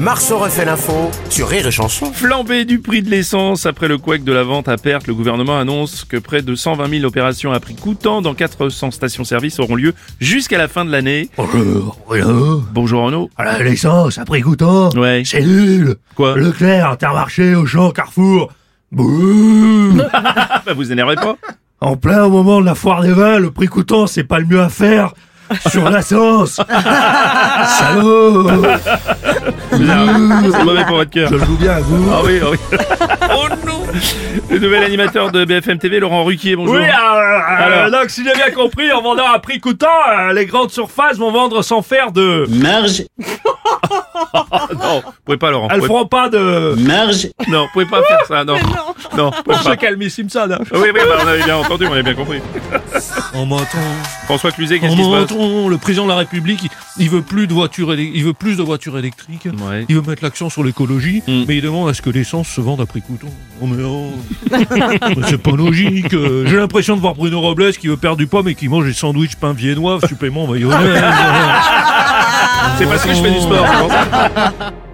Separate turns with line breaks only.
Marceau refait l'info sur Rire et Chanson.
Flambée du prix de l'essence après le couac de la vente à perte, le gouvernement annonce que près de 120 000 opérations à prix coûtant dans 400 stations-service auront lieu jusqu'à la fin de l'année.
Bonjour, bonjour.
Bonjour Renaud.
Euh, hein. À la- l'essence, à prix coûtant.
Ouais.
C'est nul.
Quoi
Leclerc, Intermarché, Auchan, Carrefour. Bouh.
Ah bah vous énervez pas
en plein au moment de la foire des vins, le prix coûtant, c'est pas le mieux à faire. Sur l'essence. Salaud.
Ah, C'est mauvais pour votre cœur.
Je le joue bien, vous.
Ah oui, ah oui. oh non Le nouvel animateur de BFM TV, Laurent Ruquier, bonjour.
Oui, euh,
ah.
euh,
Alors.
donc si j'ai bien compris, en vendant à prix coûtant, euh, les grandes surfaces vont vendre sans faire de...
Marge,
non, vous pouvez pas Laurent.
Elles
Vous
feront pas de...
marge,
pouvez- Non, vous pouvez pas faire ça, non. Non, vous pouvez pas.
Marge Calmy Simpson. hein.
Oui, oui, bah, on avait bien entendu, on avait bien compris.
On m'entend,
François Cluzet, qu'est-ce
on
qui se passe
m'entend. Le président de la République, il, il veut plus de voitures, éle- il veut plus de voitures électriques.
Ouais.
Il veut mettre l'accent sur l'écologie,
Mm.
mais il demande à ce que l'essence se vende à prix coûtant. Oh mais oh, Mais c'est pas logique. euh, J'ai l'impression de voir Bruno Robles qui veut perdre du poids mais qui mange des sandwichs pain viennois, supplément mayonnaise.
C'est parce que je fais du sport, je pense.